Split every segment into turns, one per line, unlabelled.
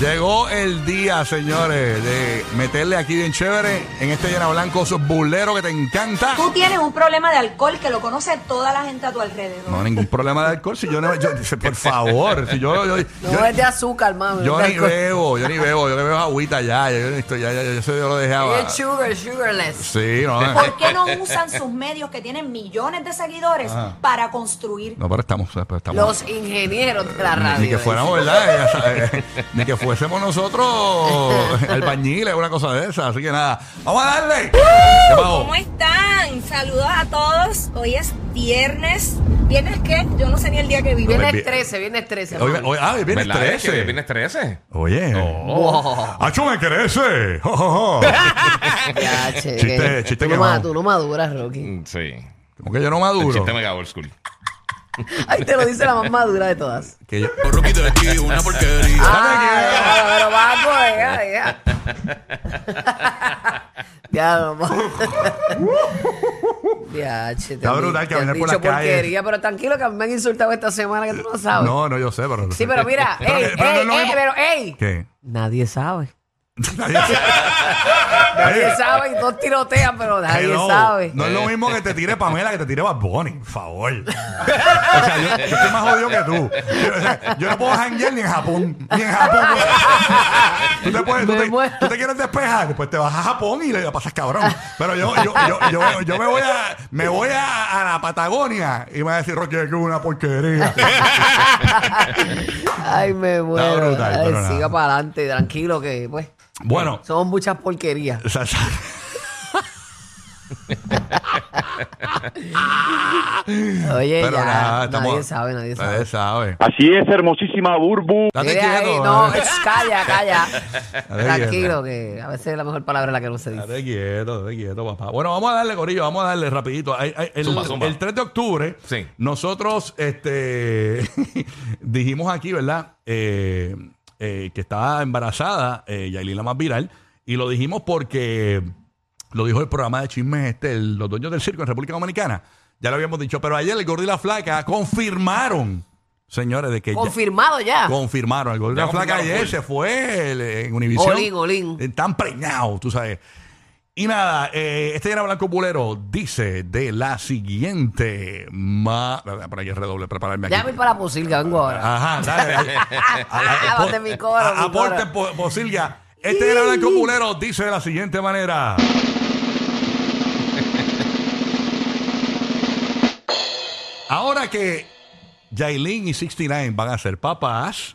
Llegó el día, señores, de meterle aquí bien chévere en este llena blanco, esos bulero que te encanta.
Tú tienes un problema de alcohol que lo conoce toda la gente a tu alrededor.
No, ningún problema de alcohol. Si yo no, yo- por favor, si yo, yo, yo,
No es de azúcar, mami.
yo
es de
ni
alcohol.
bebo, yo ni bebo, yo le bebo agüita ya, yo, yo, ya, ya, yo, eso yo lo dejé
Es
abajo.
sugar, sugarless.
Sí, no, eh.
¿Por qué no usan sus medios que tienen millones de seguidores para construir?
no, pero estamos, pero estamos.
Los ingenieros de la radio.
Ni que fuéramos, ¿verdad? Ya sabes, Ni que fuésemos nosotros albañiles, una cosa de esa. Así que nada, vamos a darle. ¿Qué pasó?
¿Cómo están? Saludos a todos. Hoy es viernes. ¿Viernes qué? Yo no sé ni el día que vivo.
Viernes-
Viernes 13, viernes 13.
Hoy,
mami.
hoy- ah, hoy viene
¿Verdad? ¿Es
13.
que viernes 13?
Oye. Oh. ¡Acho me crece! Jo, jo, jo.
Ya, che,
Chiste-
que-
chiste
tú,
que
no ma-
vamos.
tú no maduras, Rocky.
Mm, Sí.
Como que yo no
El
maduro.
chiste mega old school.
Ay, te lo dice la más madura de todas.
Que yo-
una porquería.
Ah, pero Paco, ya, ya. pues, Ya, no, ma- Ya, che, te
Está
han di-
brutal que
te
caminar
han
por
dicho
las calles.
porquería, pero tranquilo que a mí me han insultado esta semana que tú no sabes.
No, no, yo sé, pero.
Sí, pero mira,
Pero-
ey,
pero no es
ey,
lo
ey,
mismo.
pero ey.
¿Qué?
Nadie sabe.
Nadie sabe.
Nadie sabe y todos tirotean, pero nadie
Hello.
sabe.
No es lo mismo que te tire Pamela que te tire Bad Bunny, por favor. O sea, yo, yo estoy más jodido que tú. Yo, o sea, yo no puedo janguear ni en Japón. Ni en Japón. tú, te puedes, tú,
Me
te,
muero.
tú te quieres despejar, pues te vas a Japón y le la pasas cabrón. Pero yo, yo, yo, yo, yo me voy, a, me voy a, a la Patagonia y me va a decir, Rocky, que es una porquería.
Ay, me muero.
brutal,
Ay,
pero nada.
siga para adelante, tranquilo que, pues,
bueno,
somos muchas porquerías.
o sea,
Oye,
pero
Eh, ya,
nada, estamos-
nadie sabe, nadie sabe.
Nadie sabe.
Así es, hermosísima Burbu.
Date
Mira ahí,
quieto. ¿eh?
no,
date-
es, calla, calla.
ver,
Tranquilo, que a veces la mejor palabra es la que no se dice.
Date quieto, date quieto, papá. Bueno, vamos a darle, Corillo, vamos a darle rapidito. Ay, ay, el,
Zumba, zumba.
el 3 de octubre,
Sí.
nosotros este, dijimos aquí, ¿verdad? Eh, eh, que estaba embarazada, eh, Yailin la más viral, y lo dijimos porque lo dijo el programa de chismes este, el- los dueños del circo en República Dominicana. Ya lo habíamos dicho, pero ayer el gordo y la flaca confirmaron, señores, de que ya-
Confirmado ya.
Confirmaron. El gol de
Ya
la flaca
confirmaron
ayer
gol.
se fue el- en Univisión.
Olín, olín.
Están preñados, tú sabes. Y nada, eh, este era Blanco Pulero dice de la siguiente. Ma... Para que redoble, prepararme aquí.
ya voy para la posilga, vengo ahora.
Ajá, dale. dale. A- a-
Vas de mi coro,
a-
mi
Aporte, po-
coro.
Posilga. Este era Blanco Pulero dice de la siguiente manera. Ahora que Jailin y 69 van a ser papás.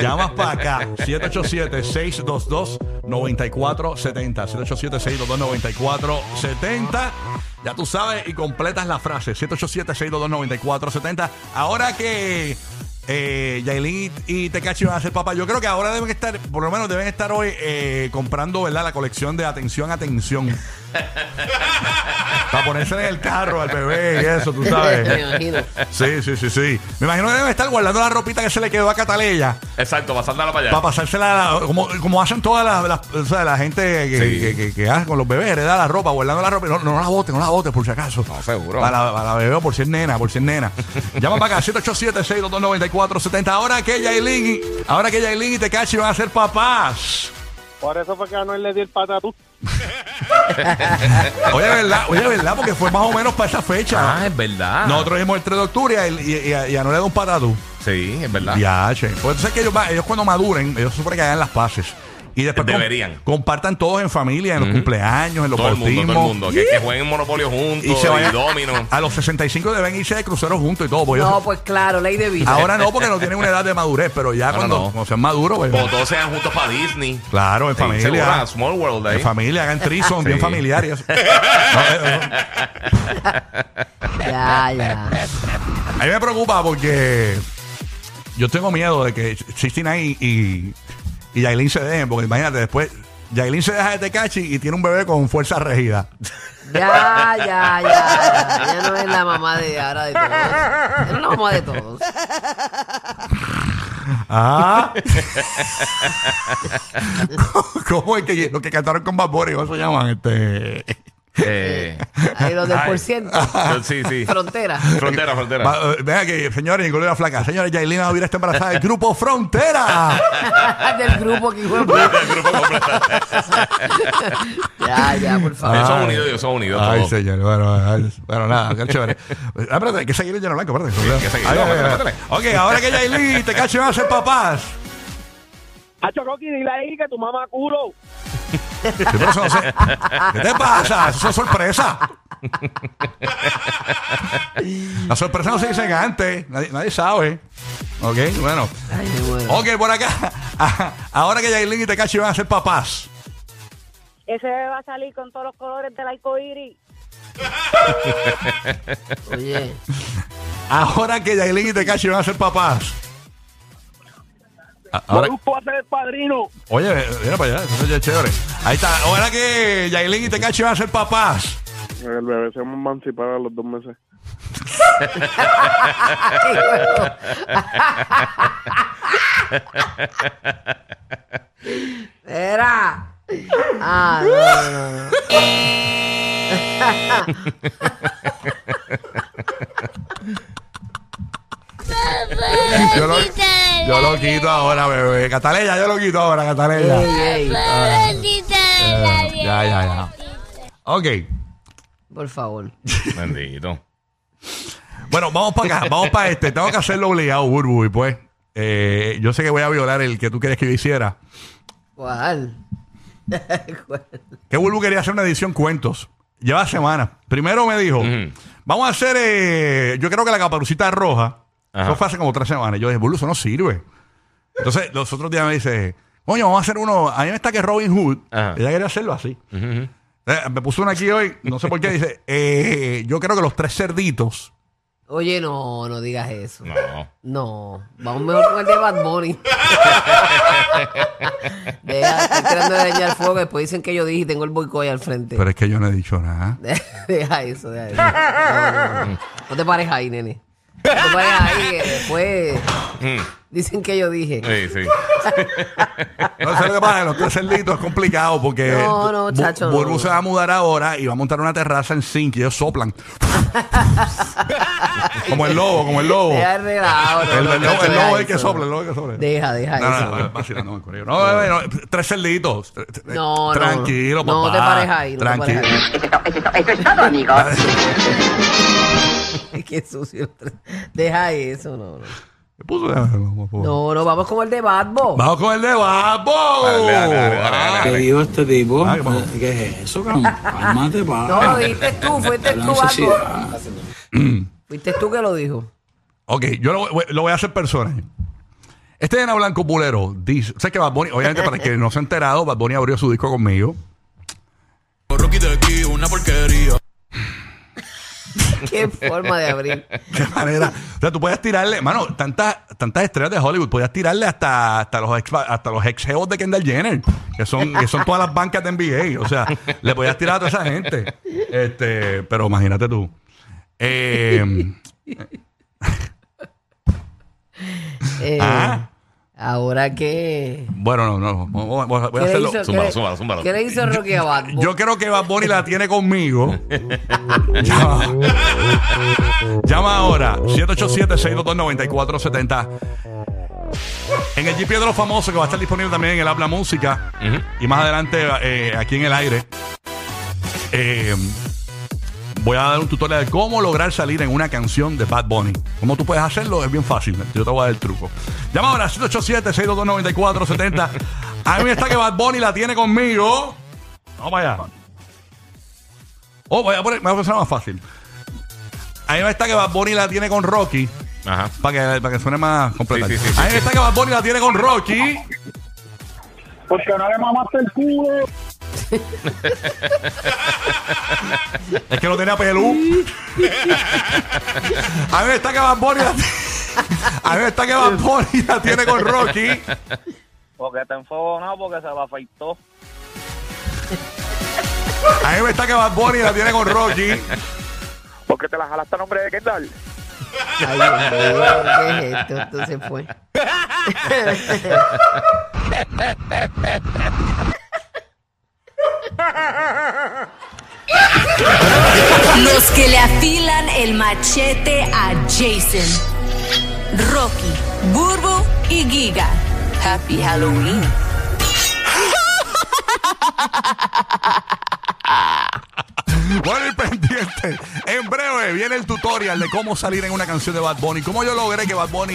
Llamas para acá, 787-622-9470. 787-622-9470. Ya tú sabes y completas la frase. 787-622-9470. Ahora que eh, Yailin y, y Tecachi van a ser papá, yo creo que ahora deben estar, por lo menos deben estar hoy eh, comprando ¿verdad? la colección de Atención, Atención. para ponerse en el carro al bebé y eso, tú
Me
sabes.
imagino.
Sí, sí, sí, sí. Me imagino que deben estar guardando la ropita que se le quedó a Cataleya.
Exacto, pasándola para allá.
Para pasársela, a la- como, como hacen todas las, las- o sea, la gente que,
Sí.
que, que- que hace con los bebés, hereda la ropa, guardando la ropa. No, no la bote, no la bote, por si acaso.
No, seguro.
Para, la- para la bebé, o por si es nena, por si es nena. Llama para acá, 787-622-9470. Ahora que Yailin, y- ahora que Yailin y Tecachi van a ser papás.
Por eso fue que no le di el patatú.
Oye, ¿verdad? Oye, ¿verdad? Porque fue más o menos para esa fecha.
Ah, es verdad.
Nosotros dimos el 3 de octubre y, a él- y- y a- y a no le da un patatú.
Sí, es verdad.
Ya, che. Pues entonces que ellos, va- ellos cuando maduren, ellos supone que hagan las paces. Y después com-
Deberían.
compartan todos en familia, en los cumpleaños, en los
Todo el mundo, todo el
bautismos.
mundo. Que, que jueguen Monopolio juntos y,
Y se vayan
Domino.
a los 65 deben irse de crucero juntos y todo. porque
No,
ellos-
pues claro, ley de vida.
ahora no, porque no tienen una edad de madurez, pero ya
Ahora
cuando,
no.
cuando sean maduros, pues,
O todos sean juntos para Disney.
claro, en
Sí, se borra
familia.
a Small World
En
ahí.
familia, hagan trison, bien
Sí.
familiar y eso. No, eh, eh,
Ya, ya.
a mí me preocupa porque yo tengo miedo de que Cristina y, y, y Yailin se dejen, porque imagínate, después Yailin se deja de Tecachi y tiene un bebé con fuerza regida.
Ya, ya, ya. Ella no es la mamá de ahora de todos. Ella no es la mamá de todos.
Ah. ¿Cómo es que los que cantaron con Bad Bunny, ¿cómo se llaman? Este...
Eh,
Ahí los del
Ay.
por ciento.
sí, sí.
Frontera.
Frontera, frontera.
Va, eh, Venga que, señores, Nicole la flaca. Señores, Yailin Aguilera está embarazada del grupo Frontera.
del grupo que fue. ya, ya, por favor.
Ellos son unidos, ellos son unidos.
Ah. Ay,
todos.
señor. Bueno, ay, bueno nada, qué chévere. Ah, espérate, hay que seguir en Llano Blanco, espérate.
hay que seguir.
Ay,
No,
ay,
métele,
ay.
métele.
Ok, ahora que Yailin y Tecachi van a ser papás.
Hacho Rocky, dile ahí que tu mamá culo.
Sí, pero eso no sé. ¿Qué te pasa? Eso es sorpresa. Las sorpresas no se dicen antes. Nadie, nadie sabe. Ok, bueno.
Ay, me muero.
Ok, por acá. Ahora que Yailin y Tecachi van a ser papás.
Ese va a salir con todos los colores del arco iris.
Oye,
Ahora que Yailin y Tecachi van a ser papás. A- Ahora,
Molusco va a ser el padrino.
oye, mira para allá, eso ya es chévere. Ahí está, ahora que Yailin y Tecachi van a ser papás.
El bebé se va a emancipar a los dos meses.
Ay, bueno. Era. Ah, no, no, no.
Yo lo, yo lo quito ahora, bebé. Cataleya, yo lo quito ahora, Cataleya.
Ey, ey,
Ya, ya, ya. Ok.
por favor.
Bendito.
Bueno, vamos para acá, vamos para este. Tengo que hacerlo obligado, Burbu, y pues. eh, yo sé que voy a violar el que tú querías que yo hiciera.
¿Cuál? ¿Cuál?
Que Burbu quería hacer una edición cuentos. Lleva semanas. Primero me dijo,
Ujú.
vamos a hacer, eh, yo creo que la caparucita roja.
Ajá.
Eso fue hace como tres semanas. Yo dije, Burbu, eso no sirve. Entonces, los otros días me dice, coño, vamos a hacer uno. A mí me está que Robin Hood.
Ajá.
Ella quería hacerlo así.
Ujú, ujú.
Eh, me puso una aquí hoy, no sé por qué, dice, eh, yo creo que los tres cerditos.
Oye, no, no digas eso.
No.
No, vamos mejor con el de Bad Bunny. Deja, estoy tratando de dañar fuego. Después dicen que yo dije y tengo el boicot ahí al frente.
Pero es que yo no he dicho nada.
Deja eso, deja eso. No, no, no. No te pares ahí, nene. No te pares ahí, que después
Mm,
dicen que yo dije.
Sí, sí.
No sé lo que pasa, los tres cerditos es complicado porque
No, no,
Bu-
chacho,
Burbu
no.
se va a mudar ahora y va a montar una terraza en zinc y ellos soplan. como el lobo, como el lobo.
Deja el relajo. no,
El,
no,
el lobo,
no,
el
deja
lobo es el que
eso.
sopla, el lobo es el que sopla.
Deja, deja
No,
eso.
no, no, vacila, no, Corillo. no, no, no, tres cerditos.
No, no.
Tranquilo, papá.
No te pares ahí, no te
Tranquilo. Ah.
pares
pares
Ay, Qué sucio. Deja eso, no, no.
ahí.
No, no, vamos con el de Bad Bunny.
Vamos con el de Babo.
Dale, dale, dale, dale, dale.
digo este tipo?
Ah, ¿qué pasó?
¿Qué es eso, cabrón? Cálmate, pa.
No, lo dijiste tú, fuiste
La
tú, Bad Bunny.
necesidad.
Fuiste tú que lo dijo.
Ok, yo lo, voy- lo voy a hacer personaje. Este Ana Blanco Pulero dice, sé que Bad Bunny, obviamente para el que no se ha enterado, Bad Bunny abrió su disco conmigo.
Rocky de aquí, una porquería.
Qué forma de abrir.
Qué manera. O sea, tú podías tirarle, mano, tantas, tantas estrellas de Hollywood, podías tirarle hasta, hasta los ex hasta los ex de Kendall Jenner, que son, que son todas las bancas de NBA. O sea, le podías tirar a toda esa gente. Este, pero imagínate tú. Eh,
Eh,
ah,
Ahora que.
bueno, no, no. Voy a- voy
¿Qué
a
le
hacerlo.
hizo,
Zúmbalo,
qué le-
zúmbalo, zúmbalo.
qué le hizo Rocky a Bad Bunny?
Yo creo que Bad Bunny la tiene conmigo. Llama, Llama ahora. 787-622-9470. En el GP de los famosos, que va a estar disponible también en el Habla Música. Y más adelante eh, aquí en el aire. Eh, voy a dar un tutorial de cómo lograr salir en una canción de Bad Bunny. ¿Cómo tú puedes hacerlo? Es bien fácil. Yo te voy a dar el truco. Llama ahora 787-622-9470. A mí está que Bad Bunny la tiene conmigo. Vamos para allá. Oh, voy a poner, me voy a poner más fácil. A mí me está que Bad Bunny la tiene con Rocky.
Ajá.
Para que, para que suene más completa.
Sí, sí, sí, sí,
a mí me
sí.
está que Bad Bunny la tiene con Rocky.
Porque no le mamaste el culo.
Es que no tenía pelú. a mí me está que Bad Bunny la A mí me está que Bad Bunny la tiene con Rocky.
Porque te enfogonado porque se lo afeitó.
A mí me está que Bad Bunny la tiene con Rocky.
Porque te la jalaste a nombre de Kendall.
Ay, Dios mío, ¿qué es esto? Esto se fue.
Los que le afilan el machete a Jason. Rocky, Burbo y Giga. Happy Halloween.
Bueno, y pendiente. En breve viene el tutorial de cómo salir en una canción de Bad Bunny. Cómo yo logré que Bad Bunny